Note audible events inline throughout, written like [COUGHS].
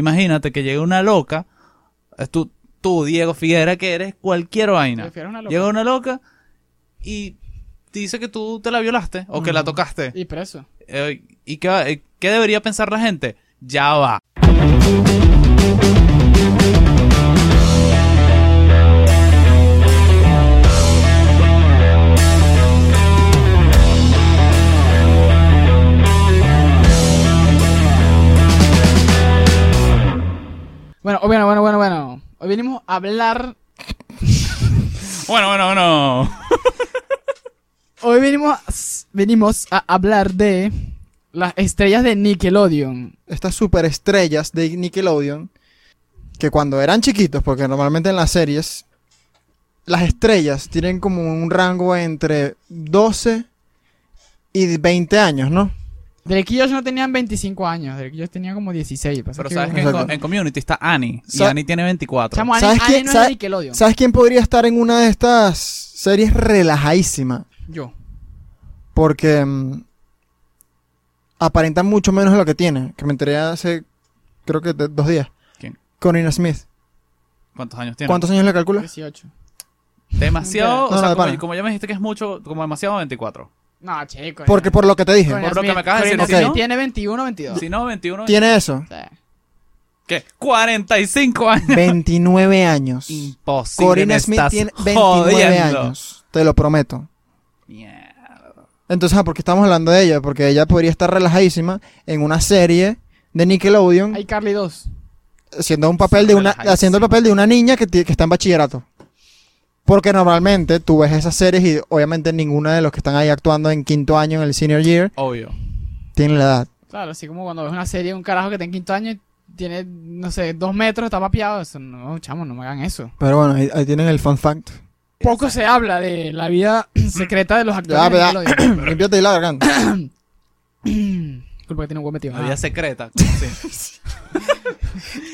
Imagínate que llega una loca, eh, tú, tú, Diego Figuera, que eres cualquier vaina. Prefiero una loca. Llega una loca y dice que tú te la violaste o que la Mm. tocaste. Y preso. Eh, ¿Y qué, va- eh, qué debería pensar la gente? Ya va. Bueno, oh, bueno, bueno, bueno, bueno. Hoy venimos a hablar. Bueno, bueno, bueno. [LAUGHS] Hoy venimos, venimos a hablar de las estrellas de Nickelodeon. estas superestrellas de Nickelodeon que cuando eran chiquitos, porque normalmente en las series las estrellas tienen como un rango entre 12 y 20 años, ¿no? Drake y Josh no tenían 25 años. Drake y Josh tenía como 16. Pasa Pero que- sabes que en, Exacto. co- en Community está Annie. Y Sa- Annie tiene 24. Chamo, Annie- ¿Sabes Annie qué? no es ¿Sabes- de Nickelodeon. ¿Sabes quién podría estar en una de estas series relajadísima? Yo. Porque mm, aparentan mucho menos de lo que tienen, que me enteré hace creo que de- dos días. ¿Quién? Corina Smith. ¿Cuántos años tiene? Pues, ¿Cuántos años le calculas? 18. Demasiado. No, o sea, no, de como, pana. como ya me dijiste que es mucho, como demasiado 24. No, chico. Porque por lo que te dije, Por lo que me acabas de decir, ¿no? Tiene 21, 22. Si no, 21. tiene eso, O sea, ¿Qué? 45 años. [LAUGHS] 29 años. Imposible. Corina me Smith estás tiene 29 jodiendo. años, te lo prometo. Mierda. Entonces, ah, ¿por qué estamos hablando de ella? Porque ella podría estar relajadísima en una serie de Nickelodeon Hay Carly 2. haciendo un papel de una relajadísima. haciendo el papel de una niña que, ti- que está en bachillerato. Porque normalmente tú ves esas series y obviamente ninguna de los que están ahí actuando en quinto año en el senior year Obvio. tiene la edad. Claro, así como cuando ves una serie de un carajo que está en quinto año y tiene, no sé, dos metros, está papiado. Eso, no, chamo, no me hagan eso. Pero bueno, ahí, ahí tienen el [COUGHS] fun fact. Poco se habla de la vida [CLEARS THROAT] secreta de los actores. Ya, de ya. Nickelodeon. Límpiate la garganta. [CLEARS THROAT] Disculpa que tiene un buen metido. La vida Ajá. secreta. Sí.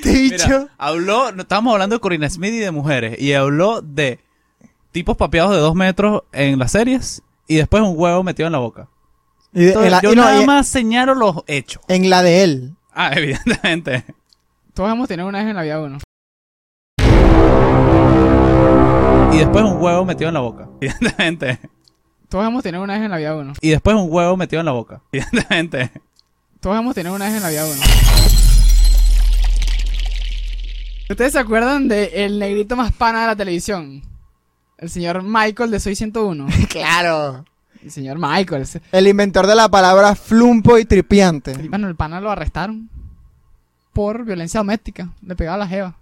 Te he Mira, dicho. habló, no, estábamos hablando de Corina Smith y de mujeres, y habló de tipos papeados de dos metros en las series, y después un huevo metido en la boca. Y de- en, Entonces, la, yo Eh, y no, nada y- más señalo los hechos. en la de él. Ah, [LAUGHS] evidentemente. Todos hemos tenido una vez en la vida uno. Y después un huevo metido en la boca. [LAUGHS] Evidentemente. Todos hemos tenido una vez en la vida uno. Y después un huevo metido en la boca. [LAUGHS] Evidentemente. Todos hemos tenido una vez en la vida uno. ¿Ustedes se acuerdan de el negrito más pana de la televisión? El señor Michael de Soy 101. [LAUGHS] Claro. El señor Michael. ese- El inventor de la palabra flumpo y tripiante. Bueno, el pana lo arrestaron por violencia doméstica. Le pegaba a la jeva.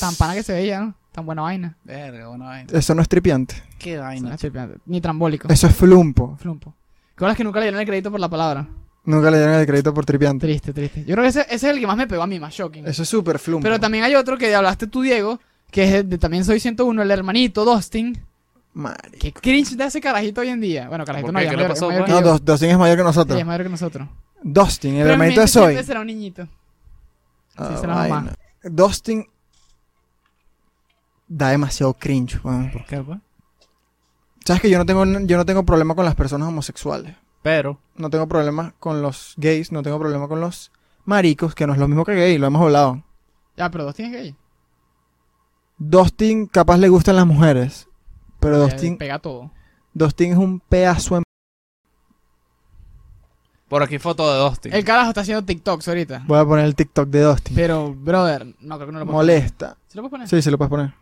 Tan pana que se veía, ¿no? Tan buena vaina. Verga, buena vaina. Eso no es tripiante. Qué No vaina. es tripeante. Ni trambólico. Eso es flumpo. Flumpo. Que bolas que nunca le dieron el crédito por la palabra. Nunca le dieron el crédito por tripiante. Triste, triste. Yo creo que ese, ese es el que más me pegó a mí, más shocking. Eso es súper flumpo. Pero también hay otro que hablaste tú, Diego, que es de, de- también Soy 101, el hermanito Dustin. Mari- Qué cringe de ese carajito hoy en día. Bueno, carajito ¿Por no, qué? ya ¿Qué es le mayor, pasó, es pues? mayor que No, yo. Dos- Dustin es mayor que Sí, nosotros. es mayor que nosotros. Dustin, Pero el en mi mente hermanito de Soy. siempre será un niñito. Ah, será mamá. vaina. Dustin da demasiado cringe, weón. ¿Por qué, pues? Sabes que yo no tengo yo no tengo problema con las personas homosexuales. Pero. No tengo problema con los gays, no tengo problema con los maricos, que no es lo mismo que gay, lo hemos hablado. Ya, Ah, pero Dustin es gay. Dustin capaz le gustan las mujeres, pero Ya, Dustin, Pega todo. Dustin es un pedazo en... Por aquí foto de Dustin. El carajo está haciendo TikToks ahorita. Voy a poner el TikTok de Dustin. Pero, brother, no creo que no lo Ah. puedo Molesta. ¿Se lo puedo poner? Sí, se lo puedes poner.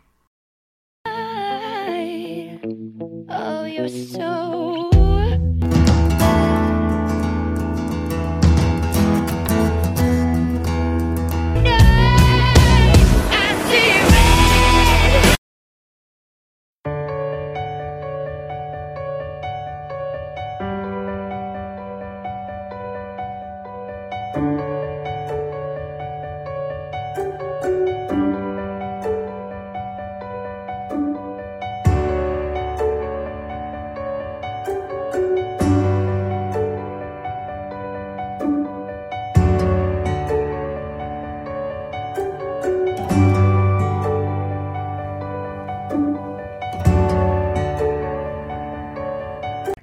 Oh, you're so.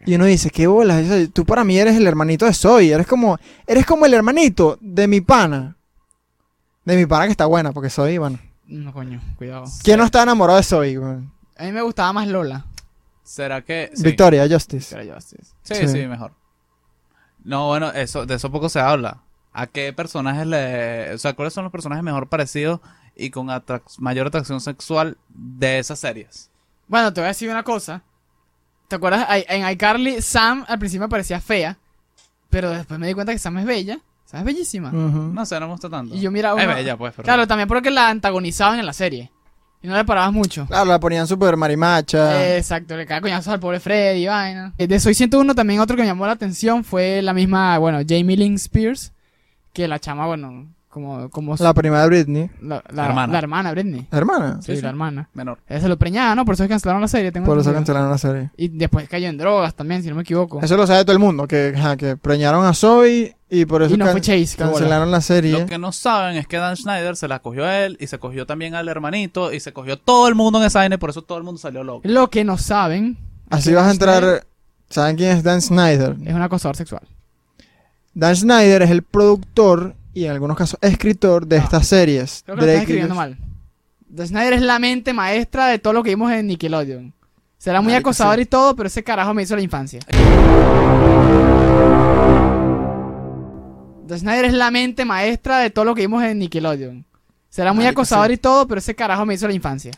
Y uno dice, qué bolas, o sea, tú para mí eres el hermanito de Soy, eres como, eres como el hermanito de mi pana. De mi pana que está buena, porque soy, bueno. No, coño, cuidado. ¿Quién no está enamorado de Zoe? weón? A mí me gustaba más Lola. ¿Será que...? Sí. Victoria, Justice. Pero yo así es. Sí, sí, Sí. mejor. No, bueno, eso, de eso poco se habla. ¿A qué personajes le... O sea, ¿cuáles son los personajes mejor parecidos y con atrac- mayor atracción sexual de esas series? Bueno, te voy a decir una cosa. ¿Te acuerdas? Ay- En iCarly, Sam al principio parecía fea. Pero después me di cuenta que Sam es bella. Sam es bellísima. Ujú. No sé, no me gusta tanto. Y yo miraba. Es una- bella, pues, pero... Claro, también porque la antagonizaban en la serie. Y no le parabas mucho. Claro, la ponían super marimacha. Exacto, le cae coñazos al pobre Freddy y vaina. Eh, De Soy 101 también otro que me llamó la atención fue la misma, bueno, Jamie Lynn Spears, que la chama, bueno, como, como su- la prima de Britney. la, la- La hermana. la hermana, Britney. ¿La hermana. Sí, Sí, sí. la hermana. Menor. Ella se lo preñaba, ¿no? Por eso cancelaron la serie, tengo Por eso entendido. cancelaron la serie. Y después cayó en drogas también, si no me equivoco. Eso lo sabe todo el mundo, que, ajá, que preñaron a Zoe y por eso y no can- fue Chase, que bola. cancelaron la Lo serie. que no saben es que Dan Schneider se la cogió a él y se cogió también al hermanito y se cogió todo el mundo en esa vaina y por eso todo el mundo salió loco. Lo que no saben Así vas a entrar. eh, ¿Saben quién es Dan Snyder? es un acosador sexual. Dan Snyder es el productor y en algunos casos escritor de No. estas series. Ah. Creo que lo estás Drake y escribiendo Josh- mal. The Snyder es la mente maestra de todo lo que vimos en Nickelodeon. Será muy Marico, acosador sí. y todo, pero ese carajo me hizo la infancia. The Snyder es la mente maestra de todo lo que vimos en Nickelodeon. Será muy Marico, acosador sí. y todo, pero ese carajo me hizo la infancia.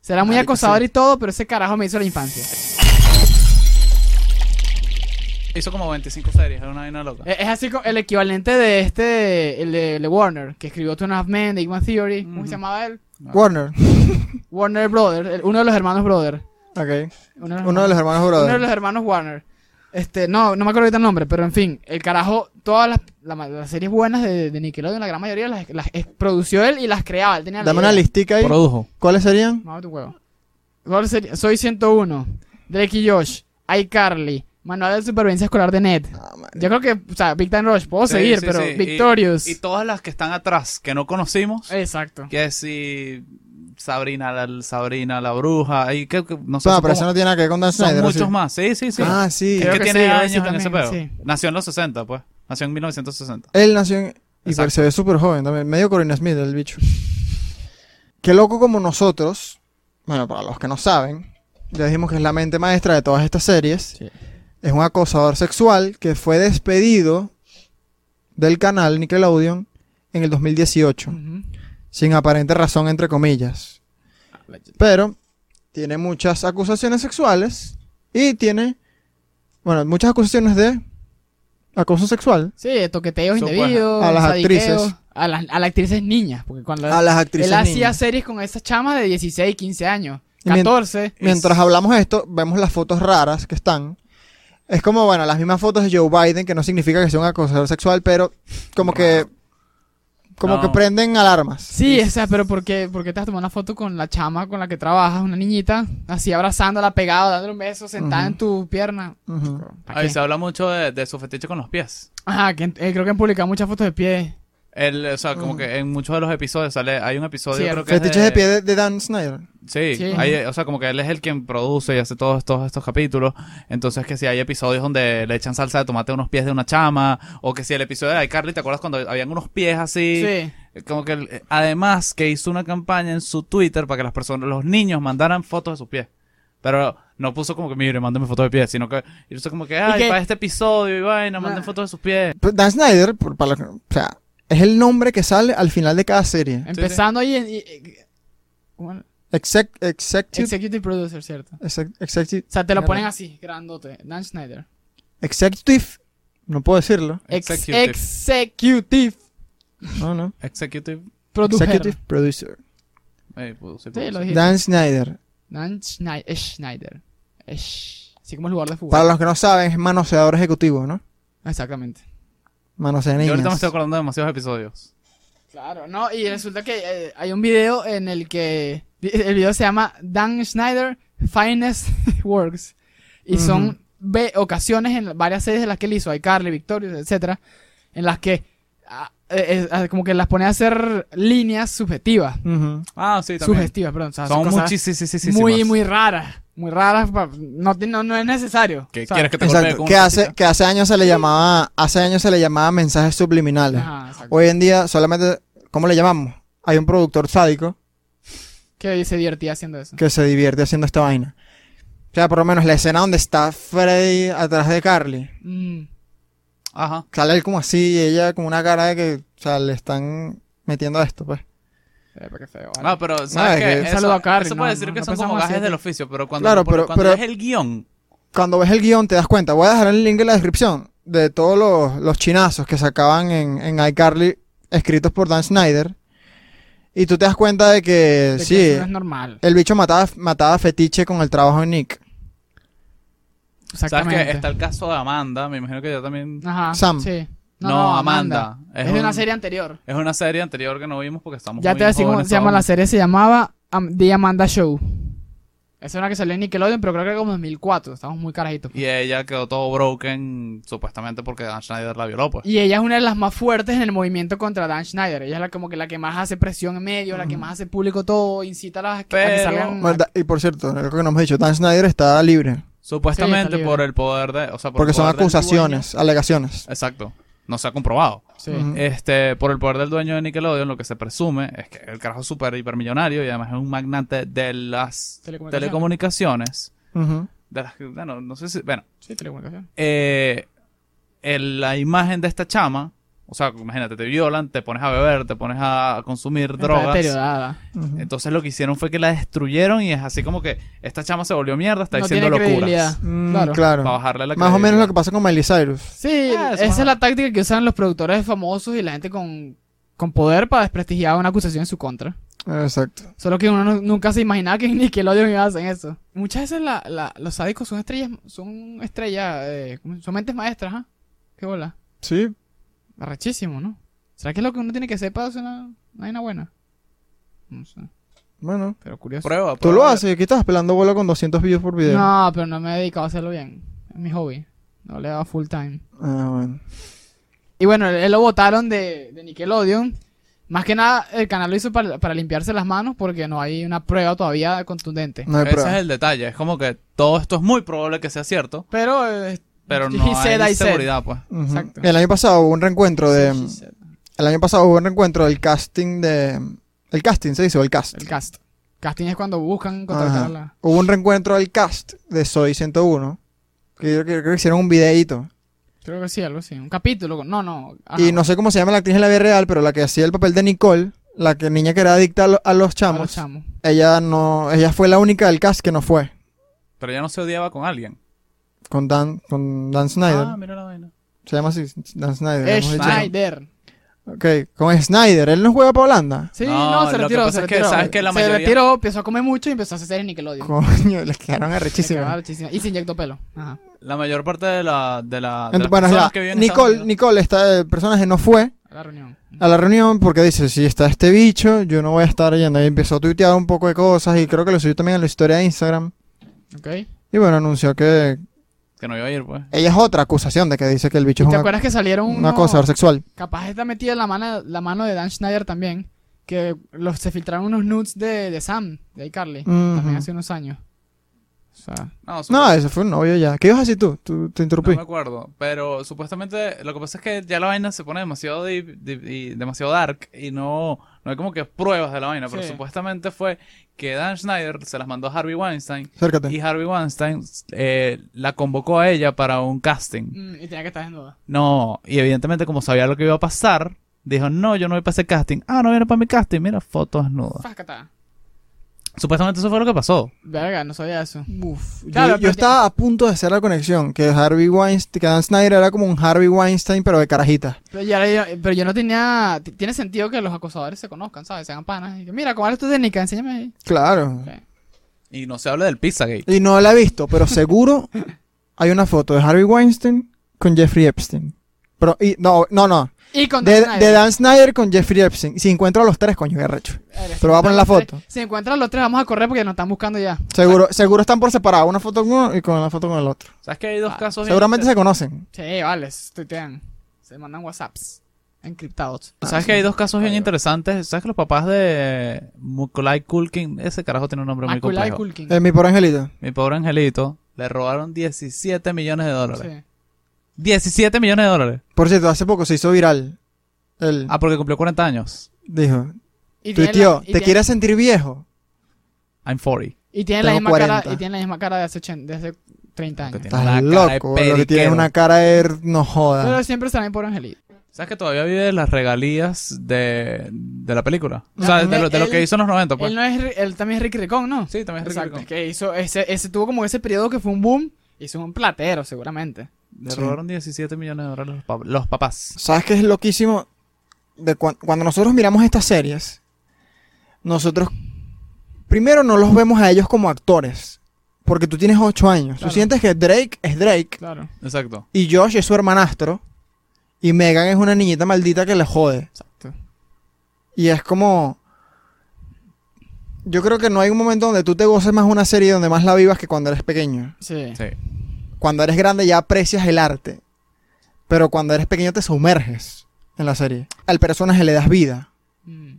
Será muy Marico, acosador sí. y todo, pero ese carajo me hizo la infancia. Hizo como 25 series, es una vaina loca. Es es así co- el equivalente de este, el de, el de Warner, que escribió Two and a Half Men, The Big Bang Theory. ¿Cómo Ujú. se llamaba él? Warner. Warner Brothers, el- uno de los hermanos Brothers. Ok. Uno de los Uno de los hermanos uno de Brothers. los hermanos Warner. Este, no, no me acuerdo ahorita el nombre, pero en fin, el carajo, todas las, la ma- las series buenas de, de Nickelodeon, la gran mayoría las, las es- produció él y las creaba. Él tenía la Dame idea. una listica ahí. Produjo. ¿Cuáles serían? Mamá tu huevo. ¿Cuál sería? Soy 101, Drake y Josh, iCarly, Manual de Supervivencia Escolar de Ned. Ah, madre. Yo creo que, o sea, Big Time Rush, puedo Sí, seguir, sí, pero sí. Y- Victorious. Y todas las que están atrás que no conocimos, Exacto. que si Sabrina la, Sabrina la bruja, y que, que no sé No, supongo- Ah, pero eso no tiene nada que ver con Dan son Snyder. ¿o sí? muchos más. Sí, sí, sí. Ah, sí. es creo que, que tiene sí, creo que años sí en ese pedo. también, sí. Nació en los 60, pues. Nació en 1960. Él nació en... Y pues, Exacto. se ve súper joven también. Medio Corina Smith, el bicho. Qué loco como nosotros. Bueno, para los que no saben. Ya dijimos que es la mente maestra de todas estas series. Sí. Es un acosador sexual que fue despedido del canal Nickelodeon en el 2018. Ujú. Sin aparente razón, entre comillas. Pero tiene muchas acusaciones sexuales. Y tiene... Bueno, muchas acusaciones de... Acoso sexual. Sí, de toqueteos Son indebidos. buenas. pues, A las sadiqueos, actrices. A las, a las actrices niñas, porque cuando A las actrices él hacía niñas. series con esas chamas de 16, 15 años, Y mien- 14. Mientras hablamos esto, vemos las fotos raras que están. Es como, bueno, las mismas fotos de Joe Biden, que no significa que sea un acosador sexual, pero como que. Como No. que prenden alarmas. Sí, o sea, pero ¿por qué, por qué te has tomado una foto con la chama con la que trabajas, una niñita, así abrazándola, pegada, dándole un beso, sentada Ujú. en tu pierna? Ujú. ¿Pa' Ahí qué? se habla mucho de, de su fetiche con los pies. Ajá, que, eh, creo que han publicado muchas fotos de pie. Él, o sea, como Mm. que en muchos de los episodios sale. Hay un episodio, creo Cierto. que. es Fetiches de pie de, de Dan Snyder. Sí, Sí. hay- o sea, como que él es el quien produce y hace todos, todos estos capítulos. Entonces, que si hay episodios donde le echan salsa de tomate a unos pies de una chama, o que si el episodio de iCarly, ¿te acuerdas cuando habían unos pies así? Sí. Como que él- además que hizo una campaña en su Twitter para que las personas, los niños mandaran fotos de sus pies. Pero no puso como que, mire, mándeme fotos de pies, sino que hizo como que, ay, que- para este episodio, y vaina, manden Ah. fotos de sus pies. Pero Pues Dan Snyder, por- para los que- o sea, es el nombre que sale al final de cada serie. Empezando ahí en. y- y- ¿cómo era? Exec, executive, Executive Producer, ¿cierto? exec- executive, O sea, te lo Mierda. ponen así, grandote. Dan Schneider. executive. No puedo decirlo. Ex- Executive. executive No, no. Executive. Producer. Executive producer. Eh, pudo- sí, Sí, pudo. lo dije. Dan Snyder. Dan Schnei- Schneider. Sch- Así como el jugador de fútbol. Para los que no saben, es manoseador ejecutivo, ¿no? Exactamente. Manosea Yo ahorita me niñas. estoy acordando de demasiados episodios. Claro, no, y resulta que eh, hay un video en el que [LAUGHS] el video se llama Dan Schneider Finest [LAUGHS] Works y son Ujú. ve- ocasiones en varias series de las que él hizo, iCarly, Victorious, etcétera, en las que ah, eh, eh, ah, como que las pone a hacer líneas subjetivas, Ujú. Ah, sí, también. sugestivas, perdón, o sea, Son cosas muchísimas. muy muy raras, muy raras, pa- no ti- no, no es necesario. ¿Qué o sea, quieres que te golpee Exacto, con que una hace, patita? que hace años se le llamaba, hace años se le llamaba mensajes subliminales. ajá, exacto. Hoy en día solamente ¿Cómo le llamamos? Hay un productor sádico Que se divertía haciendo eso. que se divierte haciendo esta vaina. O sea, por lo menos la escena donde está Freddy atrás de Carly. Mm, Ajá. Sale él como así y ella con una cara de que, o sea, le están metiendo esto, pues. epa, qué feo, vale. No, pero ¿sabes Nada, qué? que- Eso- Saludo a Carrie, Eso no, puede no, decir no que son como pensamos así, gajes del tío. oficio, pero cuando, Claro, pero pero- cuando pero- ves el guión, Cuando ves el guión te das cuenta. Voy a dejar el link en la descripción de todos los, los chinazos que sacaban en, en iCarly escritos por Dan Snyder. Y tú te das cuenta de que, De que pues sí, eso no es normal. el bicho mataba, mataba fetiche con el trabajo de Nick. ¿sabes Exactamente. que Está el caso de Amanda, me imagino que yo también... Ajá. Sam. Sí. No, Amanda. Es, Es de una un- serie anterior. Es una serie anterior que no vimos porque estamos Ya muy te voy a decir cómo jóvenes se llama aún. la serie. Se llamaba Am- The Amanda Show. Esa es una que salió en Nickelodeon, pero creo que era como 2004. Estamos muy carajitos. Y ella quedó todo broken, supuestamente porque Dan Schneider la violó, pues. Y ella es una de las más fuertes en el movimiento contra Dan Schneider. Ella es la, como que la que más hace presión en medio, la que más hace público todo, incita a las a que Pero- salgan. Bueno, da- Y por cierto, lo que nos hemos dicho, Dan Snyder está libre. Supuestamente libre. por el poder de... O sea, por el Porque son poder del acusaciones, alegaciones. dueño- Exacto. No se ha comprobado. Sí. Ujú. Este, por el poder del dueño de Nickelodeon, lo que se presume es que el carajo es súper hipermillonario y además es un magnate de las Telecomunicaciones. telecomunicaciones. Ujú. De las, bueno, no sé si... Bueno, Sí, telecomunicación. eh, el- la imagen de esta chama, o sea, imagínate, te violan, te pones a beber, te pones a consumir Está drogas. deteriorada. Ujú. Entonces lo que hicieron fue que la destruyeron y es así como que esta chama se volvió mierda, está no diciendo tiene credibilidad. locuras. Mm, Claro. claro. Para bajarle la Más o menos lo que credibilidad. pasa con Miley Cyrus. Sí, Ah, eso esa más- es la táctica que usan los productores famosos y la gente con, con poder para desprestigiar una acusación en su contra. Exacto. Solo que uno nu- nunca se imaginaba que [LAUGHS] en Nickelodeon iba a hacer eso. Muchas veces la, la- los sádicos son estrellas, son estrellas, eh, ¿cómo se- son mentes maestras, ¿ah? Qué bola. Sí. Arrechísimo, ¿no? ¿Será que es lo que uno tiene que hacer para hacer una, una vaina buena? No sé, Bueno. pero curioso. Prueba, Tú prueba. lo haces. Aquí estás pelando bola con 200 views por video. No, pero no me he dedicado a hacerlo bien. Es mi hobby. No le he dado full time. Ah, bueno. Y bueno, él lo votaron de, de Nickelodeon. Más que nada, el canal lo hizo para, para limpiarse las manos porque no hay una prueba todavía contundente. No hay Ese es prueba. el detalle, es como que todo esto es muy probable que sea cierto, Pero, eh, [LAUGHS] pero He no hay said, I said. seguridad, pues. Ujú. Exacto. El año pasado hubo un reencuentro de. sí, mm, sí, sí. El año pasado hubo un reencuentro del casting de. El casting, se dice, o el cast. el cast. Casting es cuando buscan Ajá. contratarla. Hubo un reencuentro del cast de Soy 101. Que yo creo que- creo que hicieron un videíto. Creo que sí, algo así. Un capítulo. No, no. ajá. Y no sé cómo se llama la actriz en la vida real, pero la que hacía el papel de Nicole, la que niña que era adicta a, lo- a los A chamos, los chamos. ella no, ella fue la única del cast que no fue Pero ya no se odiaba con alguien. con Dan, con Dan Snyder. Ah, mira la vaina. se llama así, Dan Snyder. Eh, hemos dicho. Schneider. Ok, con Snyder, él no juega para Holanda. Sí, No, no, se lo que retiró. pasa se es que retiró. sabes que la se mayoría- retiró, empezó a comer mucho y empezó a hacer series Nickelodeon. Coño, [LAUGHS] les quedaron Se quedó arrechísimas. arrechísima. Y se inyectó pelo. Ajá. La mayor parte de la de la de Ent- las bueno, personas la- que viven en Estados Nicole, Unidos- Nicole, esta eh, personaje no fue A la reunión. a la reunión porque dice, si está este bicho, yo no voy a estar yendo. Y empezó a tuitear un poco de cosas y creo que lo subió también en la historia de Instagram. Ok. ¿Y Y bueno, anunció que que no iba a ir, pues. ella es otra acusación de que dice que el bicho es ¿Te un acuerdas que salieron un unos- acosador sexual. Capaz está metida la mano, la mano de Dan Schneider también. Que los, se filtraron unos nudes de, de Sam, de iCarly. Ujú. También hace unos años. O sea, No, No, supuestamente- ese fue un novio ya. ¿Qué ibas a decir tú? Tú te no interrumpí. me acuerdo, pero supuestamente lo que pasa es que ya la vaina se pone demasiado deep- deep y demasiado dark y no no hay como que pruebas de la vaina, pero Sí. supuestamente fue que Dan Schneider se las mandó a Harvey Weinstein Acércate. y Harvey Weinstein eh, la convocó a ella para un casting. mm, y tenía que estar en duda. No, y evidentemente como sabía lo que iba a pasar, dijo, "No, yo no voy para ese casting." Ah, no viene para mi casting, mira, fotos nudas. Fácata. Supuestamente eso fue lo que pasó. Verga, no sabía eso. Uf, yo- Claro, yo, pero te- estaba a punto de hacer la conexión que Harvey Weinstein, que Dan Snyder era como un Harvey Weinstein pero de carajita. Pero, ya- yo, pero yo no tenía. t- Tiene sentido que los acosadores se conozcan, ¿sabes? Se hagan panas. Y que, Mira, ¿cómo eres tu técnica? Enséñame ahí. Claro. Y no se habla del Pizzagate. Y no la he visto, pero seguro hay una foto de Harvey Weinstein con Jeffrey Epstein. Pero y- no, no, no. Y con De, Dan Schneider. de Dan Snyder con Jeffrey Epstein. Si encuentro a los tres, coño, qué arrecho. Verga, si pero va a poner la encuentran los foto. tres- Si encuentran los tres, vamos a correr porque nos están buscando ya. Seguro, seguro están por separado, una foto con uno y con la foto con el otro. ¿Sabes que hay dos Ah, casos? bien Seguramente se conocen. Sí, vale, se tuitean. Se mandan WhatsApps encriptados. Pues, ¿Sabes que hay dos casos bien Ahí va. interesantes? ¿Sabes que los papás de Mukulai Kulkin, ese carajo tiene un nombre muy Maculay complejo. Culkin. Eh, mi pobre angelito. Mi pobre angelito, le robaron 17 millones de dólares. Sí. 17 millones de dólares. Por cierto, hace poco se hizo viral. El... Ah, porque cumplió 40 años. Dijo, Y tiene tuiteó, la- y ¿te tiene- quieres sentir viejo? I'm 40. Y tiene, la Tengo misma 40. cara, y tiene la misma cara de hace, 80 de hace 30 años. Porque tiene Estás una cara de loco, lo que tienes es periquero. una cara de... no joda. Pero siempre se ven por Angelito. ¿Sabes que todavía vive de las regalías de, de la película? O No, sea, él- de, lo, de lo que él- hizo en los 90, pues. Él, no es, Ri- él también es Ricky Ricón, ¿no? Sí, también es Exacto, Ricky que hizo ese, ese tuvo como ese periodo que fue un boom, hizo un platero seguramente. Le Sí. robaron 17 millones de dólares los, pap- los papás. ¿Sabes qué es loquísimo? De cuan- cuando nosotros miramos estas series, nosotros primero no los vemos a ellos como actores, porque tú tienes 8 años. Claro. Tú sientes que Drake es Drake Claro. Exacto. y Josh es su hermanastro y Megan es una niñita maldita que le jode. Exacto. Y es como... Yo creo que no hay un momento donde tú te goces más una serie donde más la vivas que cuando eres pequeño. Sí. Sí. Cuando eres grande ya aprecias el arte, pero cuando eres pequeño te sumerges en la serie. Al personaje le das vida. Mm.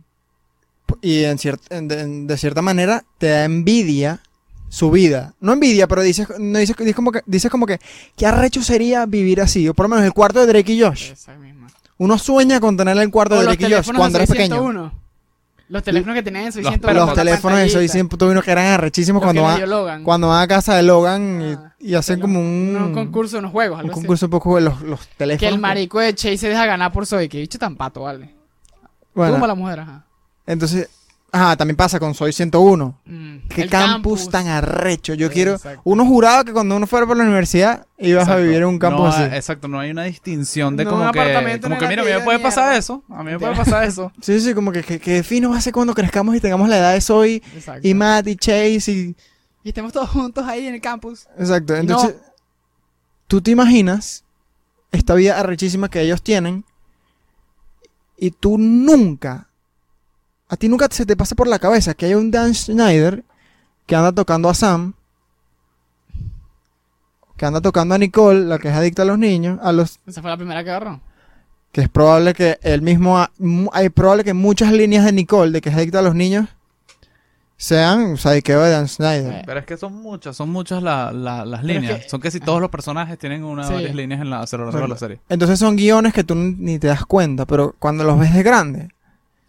y en cier- en- de, en- de cierta manera te da envidia su vida. No envidia, pero dices, no dices, dices como que dices como que qué arrecho sería vivir así, o por lo menos el cuarto de Drake y Josh. Esa misma. Uno sueña con tener el cuarto O de los Drake y Josh teléfonos cuando de eres pequeño. 601. Los teléfonos que tenían en 601. pero Los con la teléfonos de 601 que eran arrechísimos cuando cuando van, cuando van a casa de Logan Ah, y, y hacen como un, un concurso, unos juegos, un algo así. concurso un poco de los, los teléfonos. Que el que- marico de Chase se deja ganar por Zoe, que bicho tan pato, vale. Bueno, Como la mujer, ajá. entonces, ajá, también pasa con Soy 101. Mm, ¿Qué el campus, tan arrecho? Yo quiero. Exacto. Uno juraba que cuando uno fuera por la universidad ibas Exacto. a vivir en un campus no, así. Exacto, no hay una distinción de No, como un que, apartamento como en que la mira, a mí me calle, puede mierda. pasar eso, a mí me puede pasar eso. Sí, sí, como que, que, que fino va a ser cuando crezcamos y tengamos la edad de Zoe Exacto. y Matt y Chase y. Y estemos todos juntos ahí en el campus. Exacto. Y Entonces, tú te imaginas esta vida arrechísima que ellos tienen y tú nunca. A ti nunca se te pasa por la cabeza que hay un Dan Schneider que anda tocando a Sam. Que anda tocando a Nicole, la que es adicta a los niños, a los Esa fue la primera que agarró. que es probable que él mismo ha- mu- hay probable que muchas líneas de Nicole de que es adicta a los niños sean Saikeo de Dan Snyder. Pero es que son muchas, son muchas la- la- las Pero es líneas. que- son que si todos los personajes tienen una Sí. varias líneas en la, a lo largo de la serie. Entonces son guiones que tú n- ni te das cuenta, pero cuando los ves de grande,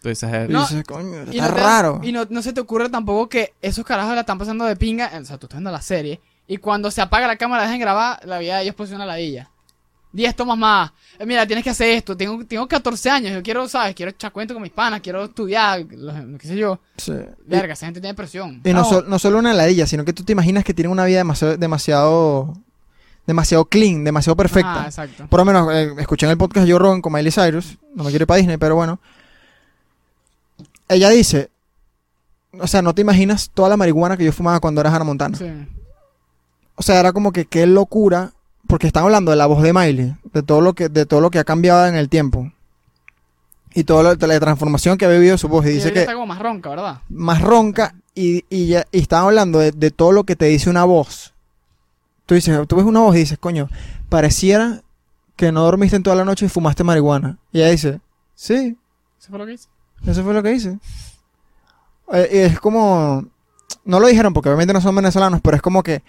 Tú dices, eh, No, dices, coño, Y está no te- raro. Y no, no se te ocurre tampoco que esos carajos la están pasando de pinga. O sea, tú estás viendo la serie. Y cuando se apaga la cámara, dejan grabar, la vida de ellos posee una ladilla. 10 tomas más. Eh, mira, tienes que hacer esto. Tengo, tengo 14 años. Yo quiero, ¿sabes? Quiero echar cuento con mis panas. Quiero estudiar. lo- qué sé yo. Sí. Verga, esa gente tiene presión. Y no, Ah, sol- no solo una heladilla, sino que tú te imaginas que tienen una vida demasiado demasiado, demasiado clean, demasiado perfecta. Ah, exacto. Por lo menos eh, escuché en el podcast de Joe Rogan con Miley Cyrus. No me quiero ir para Disney, pero bueno. Ella dice: O sea, no te imaginas toda la marihuana que yo fumaba cuando era Hannah Montana. Sí. O sea, era como que qué locura. Porque están hablando de la voz de Miley, de todo lo que, de todo lo que ha cambiado en el tiempo. Y toda la, de la transformación que ha vivido su voz. Y Y dice ahorita que está como más ronca, ¿verdad? más ronca y, y, ya- y están hablando de, de todo lo que te dice una voz. Tú dices, tú ves una voz y dices, coño, pareciera que no dormiste en toda la noche y fumaste marihuana. Y ella dice, sí, ¿Eso fue lo que hice? eso fue lo que hice. Eh, y es como, no lo dijeron porque obviamente no son venezolanos, pero es como que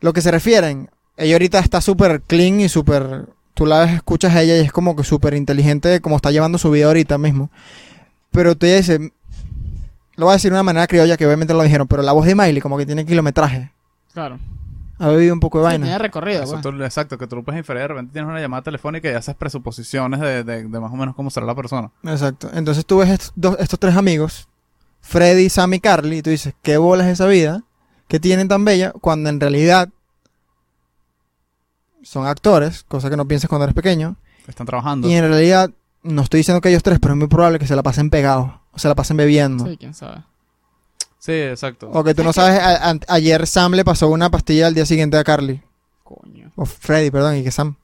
lo que se refieren, ella ahorita está súper clean y súper, tú la ves, escuchas a ella y es como que súper inteligente como está llevando su vida ahorita mismo. Pero tú ella dice, lo voy a decir de una manera criolla que obviamente lo dijeron, pero la voz de Miley como que tiene kilometraje, Claro. ha bebido un poco de Sí, tiene vaina. recorrido, eso pues. tú- exacto, que tú lo puedes inferir, de repente tienes una llamada telefónica y haces presuposiciones de, de- de más o menos cómo será la persona. Exacto. Entonces tú ves estos, dos- estos tres amigos, Freddy, Sam y Carly, y tú dices, ¿qué bolas esa vida que tienen tan bella cuando en realidad son actores, cosa que no piensas cuando eres pequeño? Están trabajando. Y en realidad, no estoy diciendo que ellos tres, pero es muy probable que se la pasen pegados, o se la pasen bebiendo. Sí, quién sabe. Sí, exacto. O que tú no sabes, a- a- ayer Sam le pasó una pastilla al día siguiente a Carly, Coño. o Freddy, perdón, y que Sam.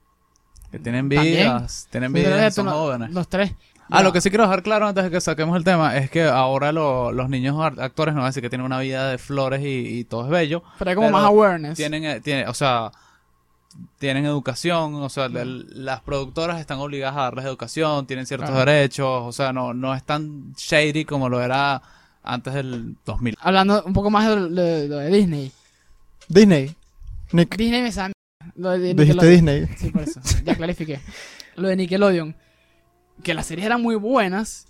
Que tienen También. vidas, tienen Pero ya vidas, tú son no- jóvenes. Los tres. Ah, Ya. lo que sí quiero dejar claro antes de que saquemos el tema es que ahora lo- los niños ar- actores no van a decir que tienen una vida de flores y, y todo es bello. Pero hay como Pero más awareness. Tienen, eh, tiene- o sea, tienen educación, o sea, la- las productoras están obligadas a darles educación, tienen ciertos Claro. derechos, o sea, no, no es tan shady como lo era antes del 2000. Hablando un poco más de lo de, lo de Disney. Disney. Nick, Disney me sabe. Lo de dijiste Nickelodeon. Disney. Sí, por eso. Ya clarifiqué. lo de Nickelodeon. Que las series eran muy buenas.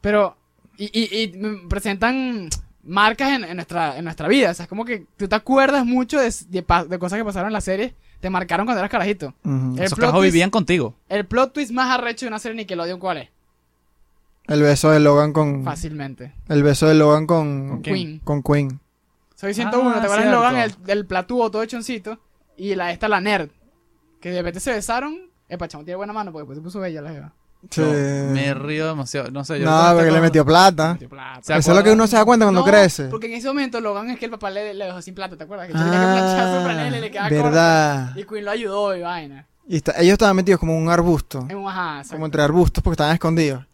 Pero, y, y, y me presentan marcas en, en nuestra, en nuestra vida. O sea, es como que tú te acuerdas mucho de, de pa- de cosas que pasaron en la serie. Te marcaron cuando eras carajito. Ujú. El Esos plot carajos twist- vivían contigo. El plot twist más arrecho de una serie Nickelodeon, ¿cuál es? El beso de Logan Mm. con. Fácilmente. El beso de Logan con. ¿Con quién? Con Queen. Soy 101, Ah, ¿te acuerdas de Logan? El, cierto. el platúo todo hechoncito. Y la esta, la nerd. Que de repente se besaron. Epa, chamo, tiene buena mano porque después se puso bella la jeva. Sí. Yo me río demasiado. No sé, yo. No, ahorita porque le como- metió plata. Metió plata. ¿Se Eso es lo que acuerdan? uno Ah. se da cuenta cuando No, crece. Porque en ese momento Logan es que el papá le, le dejó sin plata, ¿te acuerdas? Que tenía que planchar su franela y le Ah, quedaba verdad. corta. Y Queen lo ayudó y vaina. Y está- ellos estaban metidos como en un arbusto. En un ajá, exacto. Como entre arbustos porque estaban escondidos.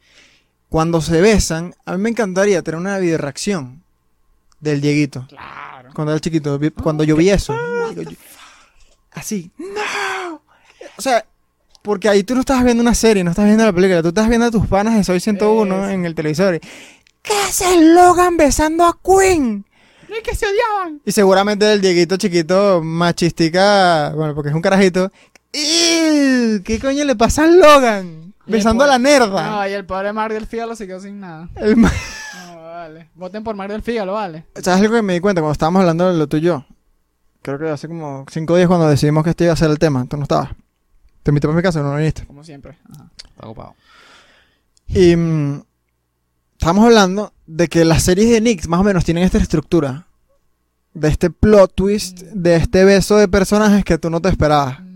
Cuando se besan, a mí me encantaría tener una videoreacción del Dieguito. Claro. Cuando era chiquito, vi- cuando yo vi eso. digo yo, así. ¡No! O sea, porque ahí tú no estás viendo una serie, no estás viendo la película, tú estás viendo a tus panas de Soy 101 Eso. en el televisor. y, ¿Qué hace Logan besando a Queen? No es que se odiaban. Y seguramente el Dieguito chiquito machistica, bueno, porque es un carajito. ¡Ew! ¿Qué coño le pasa a Logan? Y Besando a el la nerda. No, y el pobre Mario del Fígalo se quedó sin nada. El ma- No, vale. Voten por Mario del Fígalo, vale. ¿Sabes algo que me di cuenta cuando estábamos hablando de lo tuyo? Creo que hace como cinco días cuando decidimos que este iba a ser el tema. Tú no estabas. Te invité para mi casa, pero no viniste. Como siempre. Ajá. Está ocupado. Y mm, estamos hablando de que las series de Nick más o menos tienen esta estructura. De este plot twist, de este beso de personajes que tú no te esperabas. Mm.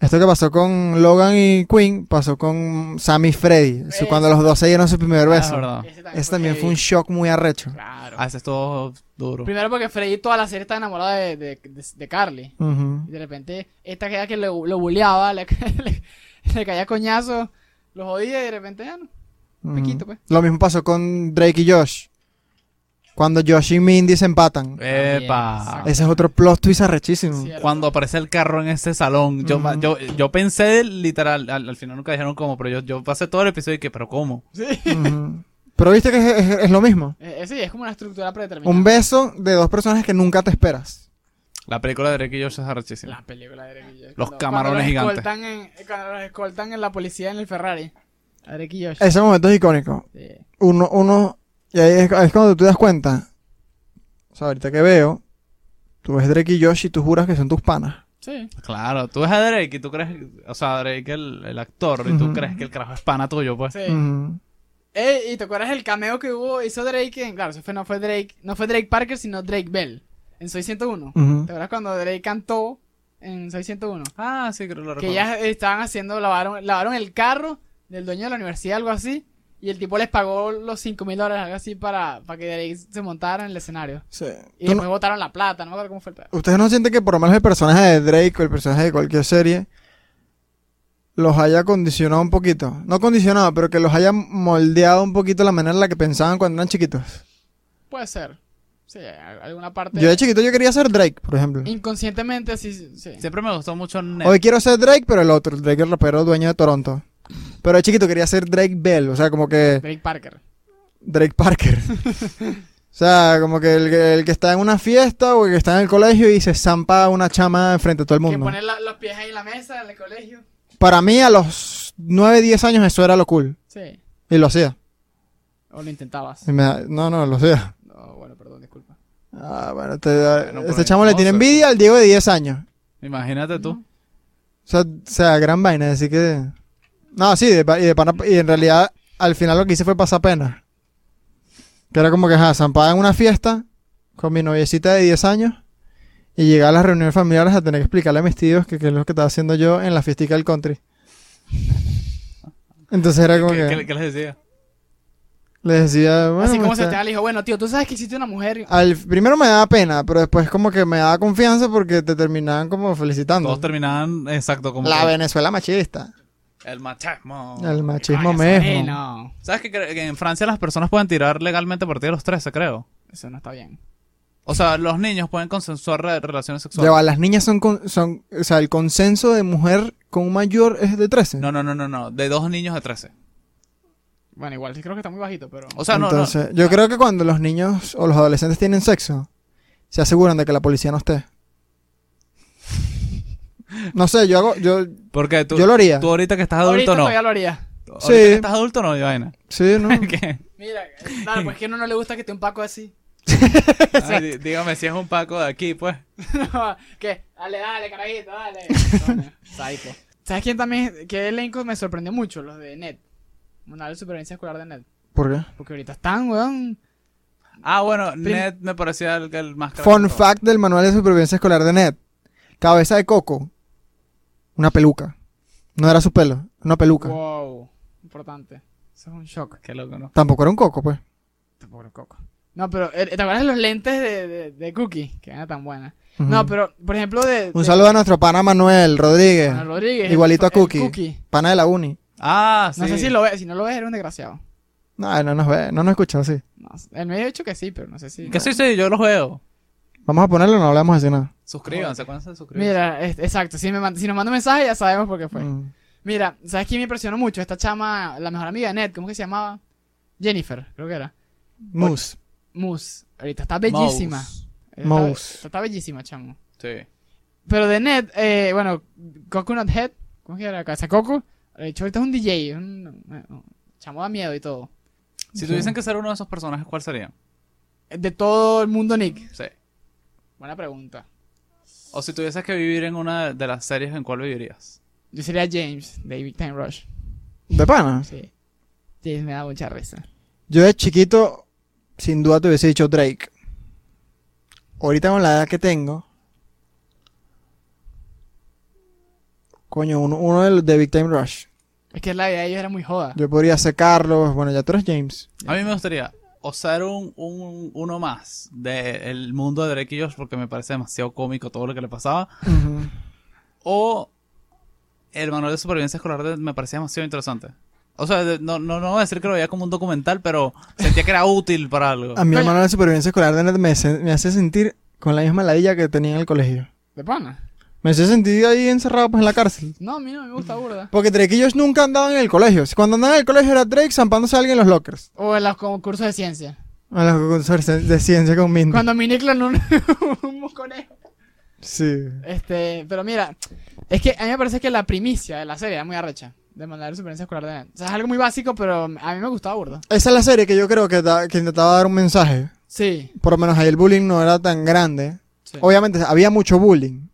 Esto que pasó con Logan y Queen pasó con Sam y Freddy. su- Cuando los dos se dieron su primer Ah, beso. verdad. Ese Ese también fue heavy. un shock muy arrecho. Claro. Ah, ese estuvo duro. Primero porque Freddy toda la serie estaba enamorada de, de, de- de Carly. Y Ujú. de repente, esta que que lo, lo buleaba, le, [LAUGHS] le, le caía coñazo, lo jodía y de repente, ah, no. Ujú. Pequito, pues. Mm. Lo mismo pasó con Drake y Josh. Cuando Josh y Mindy se empatan. Epa. También, Ese es otro plot twist arrechísimo. Cierto. Mm, Cuando aparece el carro en ese salón, yo, Ujú. yo, yo pensé literal, al, al final nunca dijeron cómo, pero yo, yo pasé todo el episodio y que, pero ¿cómo? Ujú. Pero viste que es, es- es lo mismo. Eh, eh, sí, es como una estructura predeterminada. Un beso de dos personajes que nunca te esperas. La película de Drake y Josh es arrechísima. La película de Drake y Josh. Los camarones gigantes. escoltan en- eh, cuando los escoltan en la policía en el Ferrari. A Drake y Josh. Ese momento es icónico. Sí. uno, uno, y ahí es, ahí es cuando tú te das cuenta. O sea, ahorita que veo, tú ves Drake y Josh y tú juras que son tus panas. Sí. Claro, tú ves a Drake y tú crees, o sea, Drake el, el actor, y tú Ujú. crees que el carajo es pana tuyo, pues. sí. Ujú. Ey, ¿y te acuerdas el cameo que hubo? Hizo Drake en. Claro, eso fue, no fue Drake. No fue Drake Parker, sino Drake Bell. En Soy 101. Mm. Ujú. ¿Te acuerdas cuando Drake cantó en Soy 101? Ah, sí, creo que lo Que recuerdo. ellas estaban haciendo, lavaron, lavaron el carro del dueño de la universidad, algo así. Y el tipo les pagó los 5 mil dólares, algo así, para, para que Drake se montara en el escenario. Sí. Y Tú después no- botaron la plata, no me acuerdo cómo fue el pedo. ¿Ustedes no sienten que por lo menos el personaje de Drake o el personaje de cualquier serie los haya condicionado un poquito? No condicionado, pero que los haya moldeado un poquito la manera en la que pensaban cuando eran chiquitos. Puede ser. Sí, a- alguna parte. Yo de chiquito yo quería ser Drake, por ejemplo. Inconscientemente, sí. sí. Siempre me gustó mucho Ned. Hoy quiero ser Drake, pero el otro, el Drake el rapero dueño de Toronto. Pero de chiquito quería ser Drake Bell, o sea, como que... Drake Parker. Drake Parker. [LAUGHS] o sea, como que el, que- el que está en una fiesta o el que está en el colegio y se zampa una chama enfrente a todo el Que mundo. pone la- los pies ahí en la mesa, en el colegio. Para mí, a los 9, 10 años, eso era lo cool. Sí. Y lo hacía. O lo intentabas. Y me da- no, no, lo hacía. No, bueno, perdón, disculpa. Ah, bueno, te da- Bueno, pero este chamo le tiene entonces- envidia al Diego de 10 años. Imagínate tú. O sea, o sea, gran vaina, así que. No, sí, de pa- y, de pana- y en realidad, al final lo que hice fue pasar pena. Que era como que, ajá, zampada en una fiesta con mi noviecita de 10 años y llegar a las reuniones familiares a tener que explicarle a mis tíos que, que es lo que estaba haciendo yo en la fiestica del country. Entonces era como ¿Qué, que. qué- qué les decía? Les decía, bueno. pues, eh. Así como me se está- te da, le dijo, bueno, tío, tú sabes que existe una mujer. al, primero me daba pena, pero después como que me daba confianza porque te terminaban como Todos felicitando. terminaban, exacto, como La que- Venezuela machista. el machismo. El machismo Ay, mismo. no. ¿Sabes que, cre- que en Francia las personas pueden tirar legalmente a partir de los 13, creo? Eso no está bien. O sea, los niños pueden consensuar re- relaciones Ya sexuales. va, las niñas son, con- son. O sea, el consenso de mujer con un mayor es de 13. No, no, no, no, no. De dos niños de 13. Bueno, igual sí creo que está muy bajito, pero. O sea, no, no. Entonces, yo creo que cuando los niños o los adolescentes tienen sexo, se aseguran de que la policía no esté. No sé, yo hago. Yo, Porque tú, yo lo haría. tú ahorita que estás adulto Ahorita no. todavía lo haría. adulto. Sí. Ahorita que estás adulto no hay vaina. [LAUGHS] Sí, ¿no? ¿Qué? Mira, claro, pues es que a uno no le gusta que esté un paco así. [LAUGHS] Ay, dí- dígame si es un Paco de aquí, pues. ¿Qué? Dale, dale, carajito, dale. Psycho. ¿Sabes quién también? ¿Qué elenco me sorprendió mucho? Los de NET. Manual de Supervivencia Escolar de NET. ¿Por qué? Porque ahorita están, weón. Ah, bueno, Ned me parecía el, el más caro de Fun todos. fact del manual de supervivencia escolar de Ned. Cabeza de coco. Una peluca. No era su pelo, una peluca. Wow. Importante. Eso es un shock. Qué loco, ¿no? Tampoco era un coco, pues. Tampoco era un coco. No, pero eh, ¿te acuerdas de los lentes de, de, de Cookie? Que eran tan buenas. Ujú. No, pero, por ejemplo, de. Un de- saludo a nuestro pana Manuel Rodríguez. Ana Rodríguez. Igualito a el- el Cookie. Pana de la uni. Ah, sí. No sé si lo ves, si no lo ves, era un desgraciado. No, no nos ve, no nos escucha, sí. No, él me ha dicho que sí, pero no sé si. Que sí, sí, yo los veo. Vamos a ponerlo, no hablamos así nada. Suscríbanse, acuérdense de suscribirse. Mira, es- exacto. Si, me manda- si nos manda un mensaje, ya sabemos por qué fue. Mm. Mira, ¿sabes quién me impresionó mucho? Esta chama, la mejor amiga de Ned, ¿cómo que se llamaba? Jennifer, creo que era. Moose. Moose. Ahorita está bellísima. Mouse. Ahorita- Mouse. Está, está bellísima, chamo. Sí. Pero de Ned, eh, bueno, Coconut Head, ¿cómo que era? Cabeza de Coco. De hecho, ahorita es un DJ. un- un- chamo da miedo y todo. Si tuviesen que ser uno de esos personajes, ¿cuál serían? De todo el mundo, Nick. Sí. Buena pregunta. O si tuvieses que vivir en una de las series, ¿en cuál vivirías? Yo sería James, de Big Time Rush. De pana. Sí. James me da mucha risa. Yo de chiquito, sin duda te hubiese dicho Drake. Ahorita con la edad que tengo. Coño, uno, uno de, los de Big Time Rush. Es que la vida de ellos era muy joda. Yo podría ser Carlos. Bueno, ya tú eres James. A mí me gustaría o ser un, un- uno más del mundo de Drake y Josh porque me parece demasiado cómico todo lo que le pasaba. Ujú. O el manual de supervivencia escolar de- me parecía demasiado interesante. O sea, de- no, no, no voy a decir que lo veía como un documental, pero sentía que era útil para algo. A mi Coño. hermano de supervivencia escolar de Ned me, hace- me hace sentir con la misma ladilla que tenía en el colegio. De pana. Me hace sentir ahí encerrado pues en la cárcel. No, a mí no me gusta burda. Porque Drake y Josh nunca andaban en el colegio. Si Cuando andaban en el colegio era Drake zampándose a alguien en los lockers. O en los concursos de ciencia. A los concursos de ciencia con Mindy. Cuando mi Nick un, [LAUGHS] un conejo. Sí. Este, pero mira, es que a mí me parece que la primicia de la serie era muy arrecha. De mandar supervivencia escolar de O sea, es algo muy básico, pero a mí me gustaba burda. Esa es la serie que yo creo que, da- que intentaba dar un mensaje. Sí. Por lo menos ahí el bullying no era tan grande. Sí. Obviamente había mucho bullying,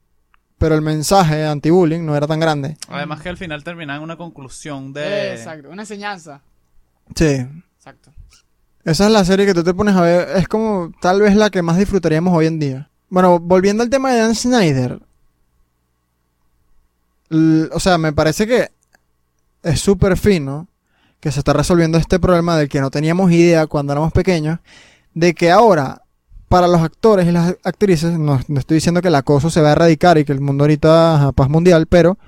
pero el mensaje anti-bullying no era tan grande. Además que al final terminaba en una conclusión de... Exacto. Una enseñanza. Sí. Exacto. Esa es la serie que tú te pones a ver. Es como tal vez la que más disfrutaríamos hoy en día. Bueno, volviendo al tema de Dan Snyder. l- o sea, me parece que es súper fino que se está resolviendo este problema del que no teníamos idea cuando éramos pequeños. De que ahora, para los actores y las actrices, no, no estoy diciendo que el acoso se va a erradicar y que el mundo ahorita ajá, paz mundial, pero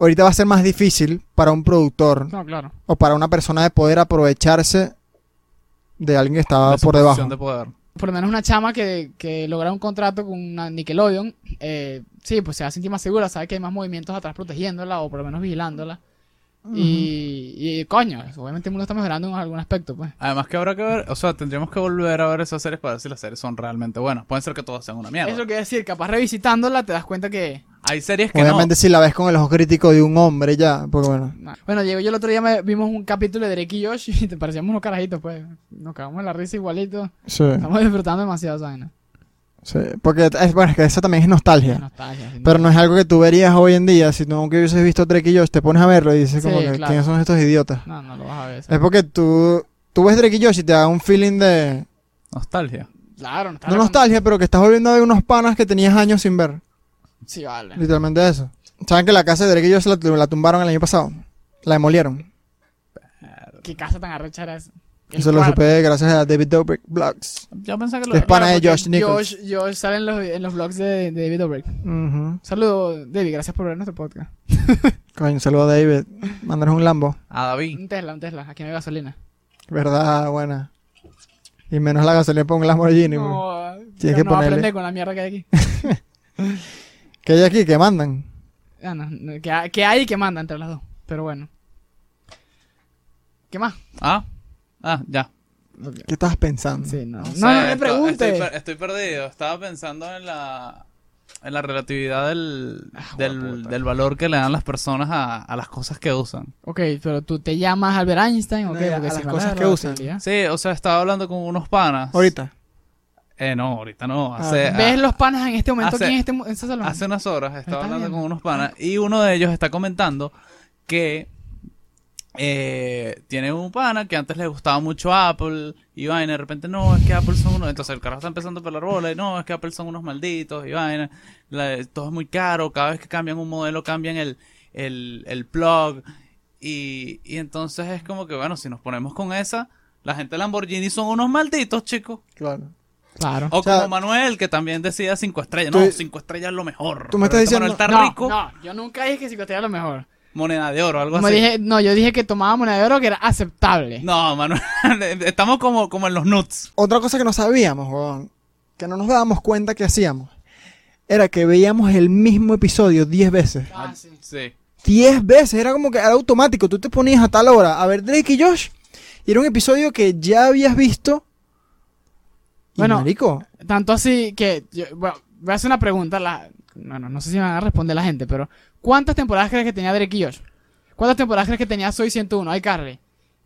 ahorita va a ser más difícil para un productor No, claro. o para una persona de poder aprovecharse de alguien que estaba de su Ah, por debajo. posición de poder. Por lo menos una chama que, que logra un contrato con una Nickelodeon, eh, sí, pues se va a sentir más segura, sabe que hay más movimientos atrás protegiéndola o por lo menos vigilándola. y, y, coño, obviamente el mundo está mejorando en algún aspecto, pues. Además que habrá que ver, o sea, tendríamos que volver a ver esas series para ver si las series son realmente buenas. Pueden ser que todas sean una mierda. Eso quiere decir, capaz revisitándola te das cuenta que... Hay series que Obviamente no. si la ves con el ojo crítico de un hombre ya, porque bueno. nah. Bueno, Diego, yo el otro día me- vimos un capítulo de Drake y Josh y te parecíamos unos carajitos, pues. Nos cagamos en la risa igualito. Sí, Estamos disfrutando demasiado esa vaina. sí. Porque es, bueno, es que esa también es Qué nostalgia. nostalgia, sin Pero duda. no es algo que tú verías hoy en día, si nunca hubieses visto Drake y Josh, te pones a verlo y dices Sí, como que, claro. ¿quiénes son estos idiotas? No, no lo vas a ver. eso. Es porque tú, tú ves Drake y Josh y te da un feeling de, Nostalgia. Claro, nostalgia. no nostalgia, pero que estás volviendo a ver unos panas que tenías años sin ver. Sí, vale. Literalmente eso. ¿Saben que la casa de Drake y Josh la, la tumbaron el año pasado? La demolieron. Qué casa tan arrecha era esa. El Eso lo cuarto. supe gracias a David Dobrik Blogs. Yo pensé que lo... Es pana de porque Josh Nichols. Josh, Josh sale en los, en los blogs de, de David Dobrik. Saludos, David, gracias por ver nuestro podcast. Coño, un saludo a David. Mandaros un Lambo. A Ah, David. Un Tesla, un Tesla, aquí no hay gasolina. Verdad, buena. Y menos la gasolina para un Lamborghini. güey. No, Tienes no que va a ponerle- aprender con la mierda que hay aquí. ¿Qué hay aquí? ¿Qué mandan? Ah, no, no, que, ha- que hay y que manda entre las dos. Pero bueno. ¿Qué más? Ah. Ah, ya. ¿Qué estabas pensando? Sí, no. No, O sea, no me esto- preguntes. Estoy, per- estoy perdido. Estaba pensando en la... en la relatividad del, Ah, del, hueputa. del valor que le dan las personas a, a las cosas que usan. Ok, pero tú te llamas Albert Einstein, ok, No, porque a las si no, cosas la que usan. relatividad. Sí, o sea, estaba hablando con unos panas. Ahorita. Eh, no, ahorita no. Ah. Hace, ¿Ves los panas en este momento hace- aquí en este, mu- en este salón? Hace unas horas estaba estás hablando viendo? con unos panas y uno de ellos está comentando que eh, tiene un pana que antes le gustaba mucho Apple y vaina. De repente, no, es que Apple son unos. Entonces el carajo está empezando a pelar bola y no, es que Apple son unos malditos y vaina. La- todo es muy caro. Cada vez que cambian un modelo, cambian el, el, el plug. Y, y entonces es como que, bueno, si nos ponemos con esa, la gente de Lamborghini son unos malditos, chicos. Claro. Claro. O, O sea, como Manuel, que también decía cinco estrellas. tú- No, cinco estrellas es lo mejor. tú me Pero estás este Manuel diciendo- está No, rico. no, yo nunca dije que psicoterapia era lo mejor. Moneda de oro, algo Como así. dije, no, yo dije que tomaba moneda de oro que era aceptable. No, Manuel, [LAUGHS] estamos como, como en los nuts. Otra cosa que no sabíamos, huevón, que no nos dábamos cuenta que hacíamos, era que veíamos el mismo episodio 10 veces. Ah, sí. Sí. 10 veces, era como que era automático. Tú te ponías a tal hora a ver Drake y Josh. Y era un episodio que ya habías visto. Y, Bueno. marico, Tanto así que, yo, bueno, voy a hacer una pregunta, la, bueno, no sé si me van a responder la gente, pero ¿cuántas temporadas crees que tenía Drake y Josh? ¿Cuántas temporadas crees que tenía Soy 101, Ay, Carly?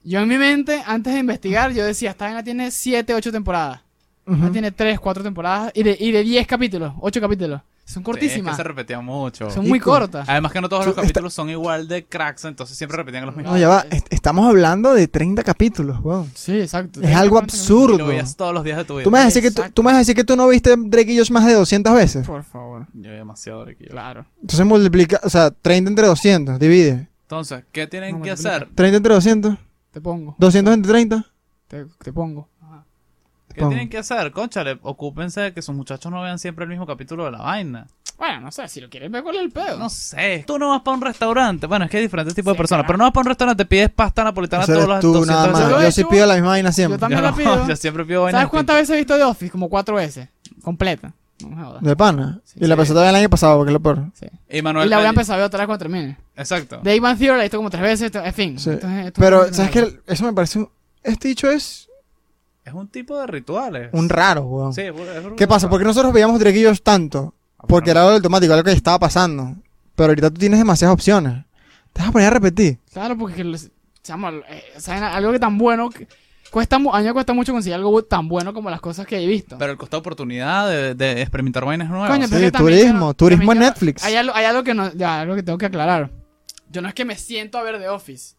Yo en mi mente, antes de investigar, yo decía, esta vaina tiene 7, 8 temporadas. ujú, Esta Tiene 3, 4 temporadas y de, y de 10 capítulos, 8 capítulos. Son Sí, es cortísimas, que se repetía mucho. son muy Marico. cortas. Además que no todos los Está- capítulos son igual de cracks, entonces siempre repetían los mismos. no, ya va, est- estamos hablando de 30 capítulos, huevón. Sí, exacto. Es algo Y lo absurdo. veías todos los días de tu vida. ¿Tú me, vas a decir que tú, Exacto. tú me vas a decir que tú no viste Drake y Josh más de 200 veces. Por favor, Yo veía demasiado Drake y yo. claro. Entonces multiplica, o sea, 30 entre 200, divide. Entonces, ¿qué tienen No, que multiplica. hacer? 30 entre 200, Te pongo, 200 entre 30. te, te pongo. Ajá. ¿Qué Pongo. tienen que hacer? Conchale, ocúpense de que sus muchachos no vean siempre el mismo capítulo de la vaina. Bueno, no sé, si lo quieres ver, ¿cuál es el pedo? No sé. Tú no vas para un restaurante. Bueno, es que hay diferentes tipos Sí, de personas. carajo. Pero no vas para un restaurante, pides pasta napolitana Eso todos eres los tú nada 200 más. veces. Yo Yo sí he pido la misma vaina Yo siempre. también Yo la no, pido. yo siempre pido vainas ¿Sabes cuántas veces he visto The Office? Como cuatro veces. Completa. No me jodas. De pana. Sí, y la sí. pasé también el año pasado, porque es lo peor. Sí. distintas. Y Y Manuel. la voy a empezar a ver otra vez cuando termine. Exacto. The Big Bang Theory la he visto como tres veces. esto- En fin. Sí. Esto es- esto es Pero, un- ¿sabes qué? Eso me parece un... Este dicho es Es un tipo de rituales. un raro, weón. Sí, es un- es un ¿Qué pasa? ritual. Porque nosotros veíamos Drake y Josh tanto. Porque era algo automático, era lo que estaba pasando. Pero ahorita tú tienes demasiadas opciones. Te vas a poner a repetir. Claro, porque los- chamo, eh, ¿saben? algo que tan bueno. que- cuesta, mu- a mí me cuesta mucho conseguir algo tan bueno como las cosas que he visto. Pero el costado oportunidad de, de experimentar vainas nuevas. Coño, sí, pero es que también turismo, yo no- turismo también en yo no- Netflix. Hay algo, hay algo que no, ya, algo que tengo que aclarar. Yo no es que me siento a ver The Office.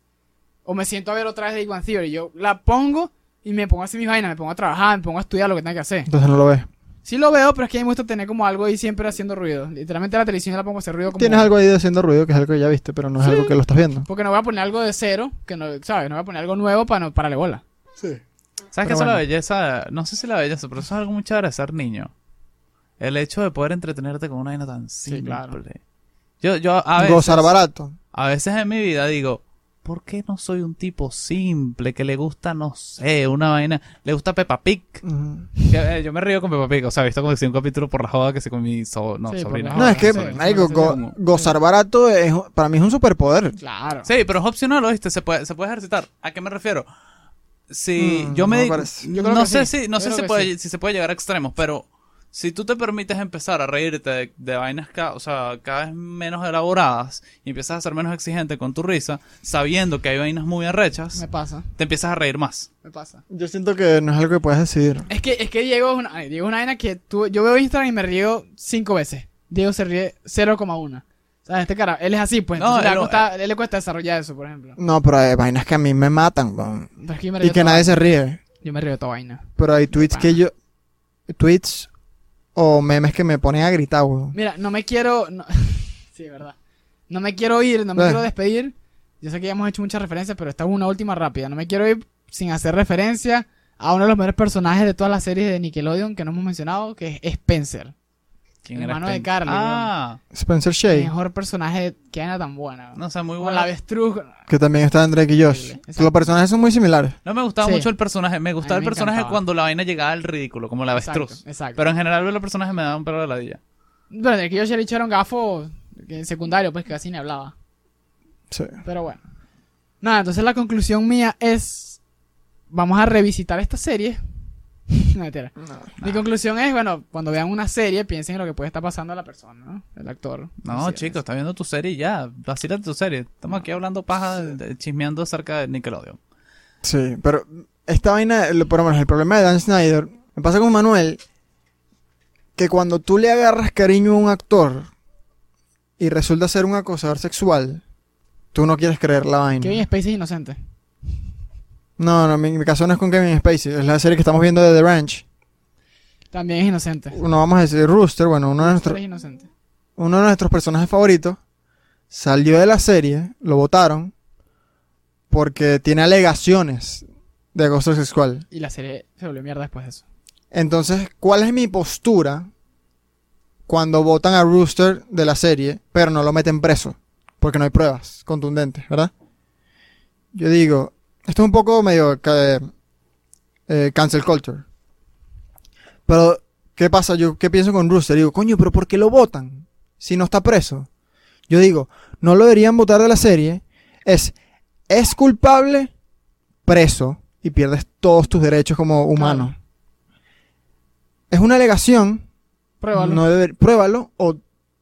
O me siento a ver otra vez The Big Bang Theory. Yo la pongo y me pongo a hacer mis vainas, me pongo a trabajar, me pongo a estudiar lo que tenga que hacer. Entonces no lo ves. Sí lo veo, pero es que a mí me gusta tener como algo ahí siempre haciendo ruido. Literalmente la televisión la pongo a hacer ruido como... Tienes algo ahí haciendo ruido, que es algo que ya viste, pero no es algo que lo estás viendo. Porque no voy a poner algo de cero, que no, ¿sabes? No voy a poner algo nuevo para no pararle bola. Sí. ¿Sabes Pero qué es la bueno. belleza? No sé si la belleza, pero eso es algo muy chévere de ser niño. El hecho de poder entretenerte con una vaina tan simple. claro. Yo, yo a veces, Gozar barato. a veces en mi vida digo, ¿por qué no soy un tipo simple que le gusta, no sé, una vaina? Le gusta Peppa Pig. Ujú. Que, [LAUGHS] eh, yo me río con Peppa Pig. O sea, he visto como que sí, un capítulo por la joda que se con mi so- no, Sí, por sobrina. la No, Ah, es que, sí. marico, Sí, go- como- gozar barato es, para mí es un superpoder. Claro. Sí, pero es opcional, ¿oíste? Se puede, se puede ejercitar. ¿A qué me refiero? Si Mm, yo no me... me parece. Yo creo no que sé sí. si, no Yo sé creo si que puede, si se puede llegar a extremos, pero si tú te permites empezar a reírte de, de vainas ca- o sea, cada vez menos elaboradas y empiezas a ser menos exigente con tu risa, sabiendo que hay vainas muy arrechas, Me pasa, te empiezas a reír más. me pasa. Yo siento que no es algo que puedas decidir. Es que, es que Diego es una, ay, Diego es una vaina que tú, yo veo Instagram y me río cinco veces. Diego se ríe 0,1. O sea, este cara, él es así, pues. No, eh. entonces él le, va a lo- costar- él le cuesta desarrollar eso, por ejemplo. No, pero hay vainas que a mí me matan, weón. Pero es que yo me río, Y de que toda- nadie se ríe. yo me río de toda vaina. Pero hay tweets pana. que yo. Tweets o memes que me ponen a gritar, weón. Mira, no me quiero. no- [LAUGHS] sí, verdad. No me quiero ir, no me Bueno. quiero despedir. Yo sé que ya hemos hecho muchas referencias, pero esta es una última rápida. No me quiero ir sin hacer referencia a uno de los mejores personajes de todas las series de Nickelodeon que no hemos mencionado, que es Spencer. Hermano de Spen- Carly, Ah, Spencer Shea, Mejor personaje que era tan buena. no sé, muy Con la bueno. avestruz. que también está en Drake y Josh. Horrible, Los personajes son muy similares. No me gustaba Sí. mucho el personaje, me gustaba A el mí me personaje encantaba. cuando la vaina llegaba al ridículo, como la avestruz. Exacto. exacto. Pero en general los personajes me daban un pelo de ladilla. Bueno, de que yo ya le echaron gafo que secundario, pues que casi ni hablaba. Sí. Pero bueno. Nada, entonces la conclusión mía es. Vamos a revisitar esta serie. [LAUGHS] No, mentira. No. Mi conclusión es, bueno, cuando vean una serie, piensen en lo que puede estar pasando a la persona, ¿no? El actor. No, Así es. chicos, está viendo tu serie y ya. Vacílate tu serie. Estamos aquí hablando paja, de- chismeando acerca de Nickelodeon. Sí, pero esta vaina, el- por lo menos el problema de Dan Snyder, me pasa con Manuel, que cuando tú le agarras cariño a un actor y resulta ser un acosador sexual, tú no quieres creer la vaina. Kevin Spacey es inocente. No, no, mi, mi caso no es con Kevin Spacey, es la serie que estamos viendo de The Ranch. También es inocente. Uno vamos a decir Rooster, bueno, uno de, nuestro- Él es inocente. uno de nuestros personajes favoritos salió de la serie, lo votaron, porque tiene alegaciones de acoso sexual. Y la serie se volvió mierda después de eso. Entonces, ¿cuál es mi postura cuando votan a Rooster de la serie, pero no lo meten preso? Porque no hay pruebas contundentes, ¿verdad? Yo digo, esto es un poco medio ca- eh, cancel culture. Pero, ¿qué pasa? Yo, ¿qué pienso con Rooster? Digo, coño, pero ¿por qué lo votan si no está preso? Yo digo, no lo deberían votar de la serie. Es, es culpable, preso, y pierdes todos tus derechos como humano. Claro. Es una alegación, Pruébalo. no debe- pruébalo o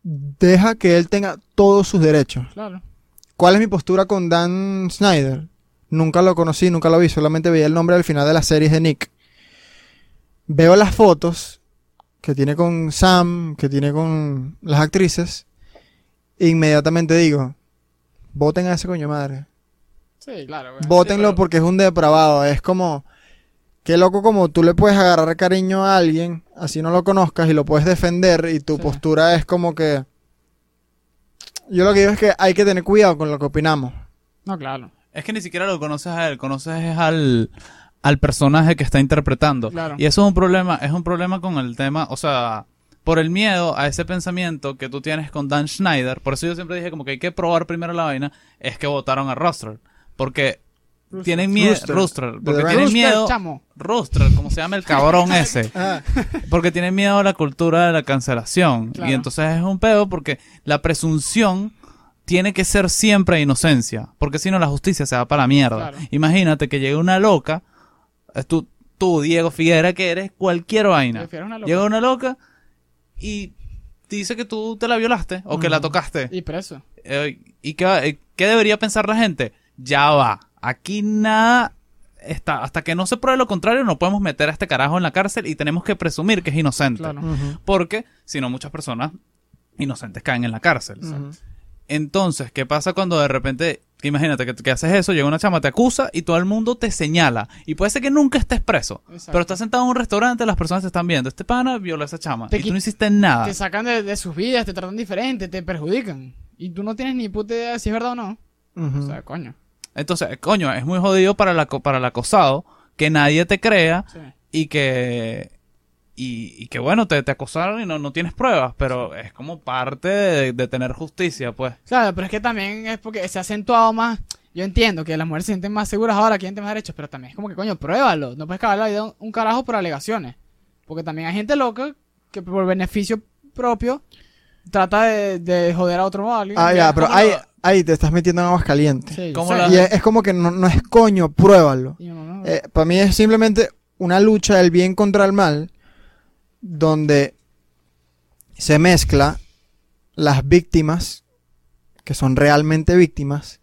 deja que él tenga todos sus derechos. Claro. ¿Cuál es mi postura con Dan Snyder? Nunca lo conocí, nunca lo vi, solamente veía el nombre al final de las series de Nick. Veo las fotos que tiene con Sam, que tiene con las actrices, e inmediatamente digo, voten a ese coño madre. Sí, claro. güey. Vótenlo Sí, pero- porque es un depravado. Es como, qué loco como tú le puedes agarrar cariño a alguien, así no lo conozcas y lo puedes defender y tu Sí. postura es como que... Yo lo que digo es que hay que tener cuidado con lo que opinamos. No, claro. Es que ni siquiera lo conoces a él, conoces es al, al personaje que está interpretando. Claro. Y eso es un problema, es un problema con el tema, o sea, por el miedo a ese pensamiento que tú tienes con Dan Schneider, por eso yo siempre dije como que hay que probar primero la vaina, es que votaron a Roster. Porque tienen miedo, Rooster. Rooster, porque The tienen Rooster, miedo, Chamo. Rooster, como se llama el [LAUGHS] cabrón ese. Ah. Porque tienen miedo a la cultura de la cancelación. Claro. Y entonces es un pedo porque la presunción tiene que ser siempre inocencia. Porque si no, la justicia se va para la mierda. Claro. Imagínate que llegue una loca, eh, tú, tú, Diego Figuera, que eres cualquier vaina. Prefiero una loca. Llega una loca y dice que tú te la violaste o que Mm. la tocaste. Y preso. Eh, ¿Y qué, va- eh, qué debería pensar la gente? Ya va. Aquí nada está. Hasta que no se pruebe lo contrario, no podemos meter a este carajo en la cárcel y tenemos que presumir que es inocente. Claro. Mm. Porque si no, muchas personas inocentes caen en la cárcel. Entonces, ¿qué pasa cuando de repente, que imagínate que, que haces eso, llega una chama, te acusa y todo el mundo te señala? Y puede ser que nunca estés preso. Exacto. Pero estás sentado en un restaurante, las personas te están viendo. Este pana violó a esa chama. Te y qui- tú no hiciste nada. Te sacan de, de sus vidas, te tratan diferente, te perjudican. Y tú no tienes ni puta idea si es verdad o no. Ujú. O sea, coño. Entonces, coño, es muy jodido para, la, para el acosado que nadie te crea Sí. y que. Y, y que bueno, te, te acosaron y no, no tienes pruebas, pero es como parte de, de tener justicia, pues. Claro, pero es que también es porque se ha acentuado más. Yo entiendo que las mujeres se sienten más seguras ahora, quieren tener más derechos, pero también es como que, coño, pruébalo. No puedes cagar la vida un- un carajo por alegaciones. Porque también hay gente loca que por beneficio propio trata de, de joder a otro alguien. Ah, ya, pero ¿Cómo ahí, lo- ahí te estás metiendo en aguas calientes. Sí, yo ¿Cómo sé. la- Y es, es como que no, no es coño, pruébalo. Y yo, no, no, Para Eh, mí es simplemente una lucha del bien contra el mal, donde se mezcla las víctimas, que son realmente víctimas,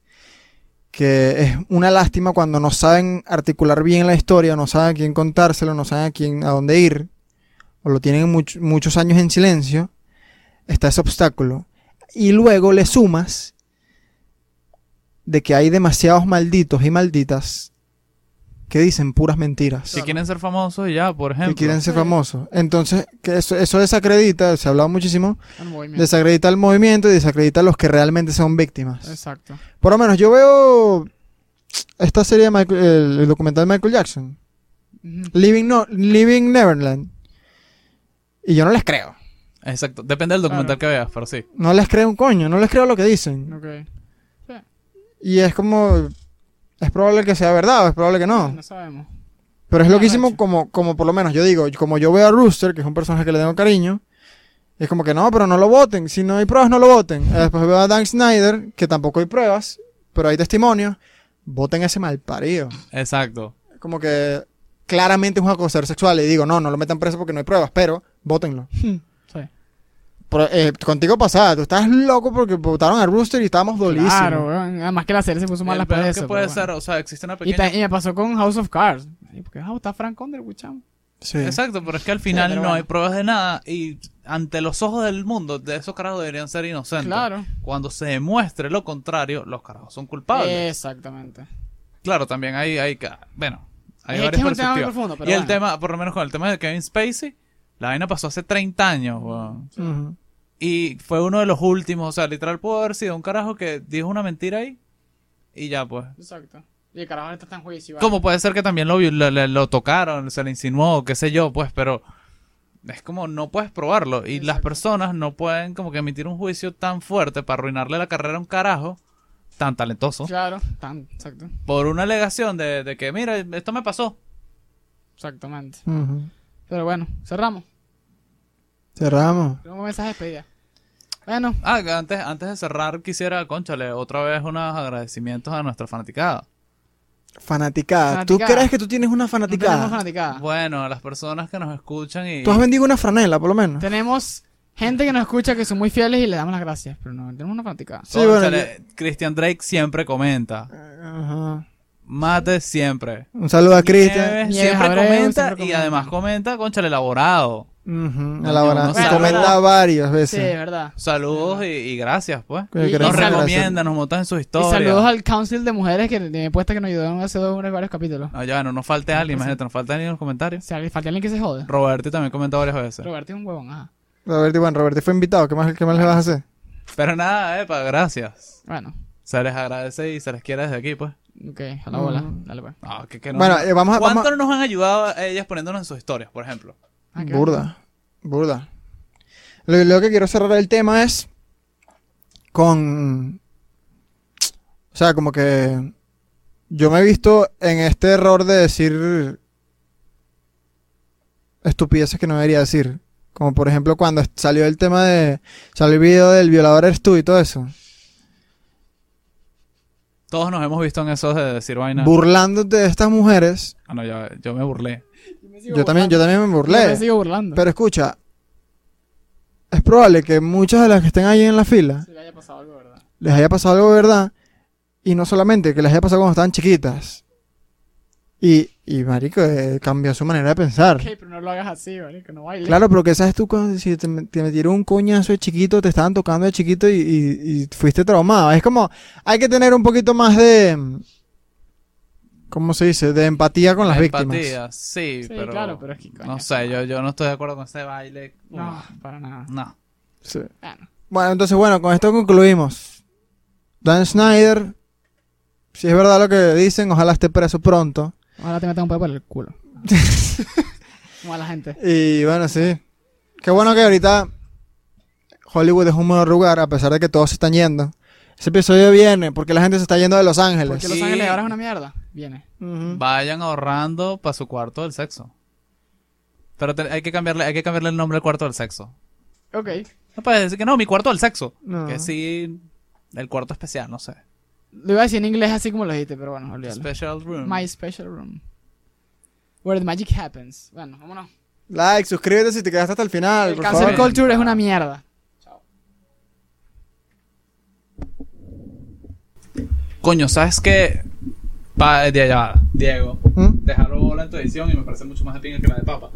que es una lástima cuando no saben articular bien la historia, no saben a quién contárselo, no saben a quién, a dónde ir, o lo tienen much- muchos años en silencio, está ese obstáculo. Y luego le sumas de que hay demasiados malditos y malditas que dicen puras mentiras Si quieren ser famosos, ya, por ejemplo. que quieren ser Sí. famosos. Entonces, que eso, eso desacredita, se ha hablado muchísimo, el movimiento. desacredita el movimiento y desacredita a los que realmente son víctimas. Exacto. Por lo menos yo veo esta serie, de Michael- el, el documental de Michael Jackson, Ujú. Living, no, Living Neverland. Y yo no les creo. Exacto. Depende del documental Claro. que veas, pero sí. No les creo un coño, no les creo lo que dicen. Ok. Y es como, es probable que sea verdad o es probable que no. No sabemos. Pero es Ah, loquísimo recho. como, como por lo menos yo digo, como yo veo a Rooster, que es un personaje que le tengo cariño, es como que no, pero no lo voten, si no hay pruebas no lo voten. Eh, Después veo a Dan Snyder, que tampoco hay pruebas, pero hay testimonios, voten a ese mal parido. Exacto. Como que claramente es un acosador sexual y digo, no, no lo metan preso porque no hay pruebas, pero votenlo. Sí. Pero, eh, contigo pasaba, tú estás loco porque votaron a Rooster y estábamos dolísimos. Claro, weón. Además que la serie se puso mal El por peor eso. que pero puede bueno. ser, o sea, existe una Y, pequeña... ta- y me pasó con House of Cards. Ay, Porque ah, está Frank Underwood, chamo. [LAUGHS] Sí. Exacto, pero es que al final pero no hay bueno. pruebas de nada y ante los ojos del mundo, de esos carajos deberían ser inocentes. Claro. Cuando se demuestre lo contrario, los carajos son culpables. Exactamente. Claro, también hay, hay ca- bueno, hay Es varias que es un tema muy perspectivas. profundo, pero y el bueno. tema, por lo menos con el tema de Kevin Spacey, la vaina pasó hace 30 años, weón. Ujú. Y fue uno de los últimos, o sea, literal pudo haber sido un carajo que dijo una mentira ahí y ya pues. Exacto. Y el carajo está tan juicio. vale. Como puede ser que también lo, vi- lo, lo- lo tocaron, se le insinuó, qué sé yo, pues, pero es como no puedes probarlo. Y las Exacto. personas no pueden como que emitir un juicio tan fuerte para arruinarle la carrera a un carajo tan talentoso Claro, tan, exacto. por una alegación de, de que, mira, esto me pasó. Exactamente. Ujú. Pero bueno, cerramos. Cerramos. Tengo un mensaje de despedida. Bueno, Ah, que antes, antes de cerrar, quisiera, conchale, otra vez unos agradecimientos a nuestra fanaticada. Fanaticada. ¿Tú Fanaticada. crees que tú tienes una no tenemos fanaticada? fanaticada. Bueno, a las personas que nos escuchan y... Ah. tú has vendido una franela, por lo menos. Tenemos gente que nos escucha que son muy fieles y le damos las gracias. Pero no, tenemos una fanaticada. Sí, bueno, Cónchale, Christian Drake siempre comenta. Ajá. Mate siempre. Un saludo a Cristian. Nieves Nieves siempre Abreu, comenta siempre y comenta. además comenta concha el elaborado. Ujú, Coño, a la hora. no Y sé. comenta Bueno. varias Sí, veces. es verdad. Saludos y, y gracias, pues. Que Y- gracias, Nos saludos. gracias. recomienda, nos montan en sus Y historias. saludos al Council de Mujeres que me he puesto que nos ayudaron hace dos, unos varios capítulos. No, ya, no nos falte Ah, alguien, pues imagínate, nos falta alguien en los comentarios. Si alguien- falta alguien que se jode. Roberto también comentó varias veces. Roberto es un huevón, ajá. Roberto, bueno, Roberto fue invitado. ¿Qué más, qué más le vas a hacer? Pero nada, epa, gracias. Bueno, Se les agradece y se les quiere desde aquí, pues. ok, a la bola. Mm. Dale, pues. Ah, que- que no- Bueno, eh, vamos a. ¿Cuánto Vamos a- nos han ayudado ellas poniéndonos en sus historias, por ejemplo? Ah, qué Burda. Burda. Lo, lo que quiero cerrar el tema es. Con. O sea, como que. Yo me he visto en este error de decir. Estupideces que no debería decir. Como por ejemplo cuando salió el tema de. Salió el video del violador eres tú y todo eso. Todos nos hemos visto en esos de decir vaina. burlándote de estas mujeres. Ah, no, ya, yo me burlé. Yo también, yo también me Yo me burlé. sigo burlando. Pero escucha, es probable que muchas de las que estén ahí en la fila Si le haya pasado algo, ¿verdad? les haya pasado algo de verdad. Y no solamente que les haya pasado cuando estaban chiquitas. Y, y marico, eh, cambió su manera de pensar. Ok, pero no lo hagas así, ¿vale? Que no bailes. Claro, pero que sabes tú cuando si te, met- te metieron un coñazo de chiquito, te estaban tocando de chiquito y, y- y fuiste traumado. Es como, hay que tener un poquito más de. ¿Cómo se dice? De empatía con las víctimas. Empatía, sí, Sí, pero... claro, pero es que coño. No sé, yo, yo no estoy de acuerdo con ese baile. No, para nada. No. Sí. Bueno, Bueno, entonces, bueno, con esto concluimos. Dan Schneider, si es verdad lo que dicen, ojalá esté preso pronto. ahora te meto un pedo por el [LAUGHS] culo. Como a la gente. Y bueno, sí. Qué bueno que ahorita Hollywood es un mejor lugar, a pesar de que todos se están yendo. Ese episodio viene porque la gente se está yendo de Los Ángeles. Porque Los Sí. Ángeles ahora es una mierda. Viene. Ujú. Vayan ahorrando para su cuarto del sexo. Pero te- hay, que cambiarle, hay que cambiarle el nombre al cuarto del sexo. Ok. No puedes decir que no, mi cuarto del sexo. No. Que sí, el cuarto especial, no sé. Lo iba a decir en inglés así como lo dijiste, pero bueno, olvídalo. Special room. My special room. Where the magic happens. Bueno, vámonos. Like, suscríbete si te quedaste hasta el final, El por cancel favor. col- culture es una mierda. Coño, ¿sabes qué? Pa, de allá, Diego. ¿Mm? Déjalo bola en tu edición y me parece mucho más de pinga que la de papa.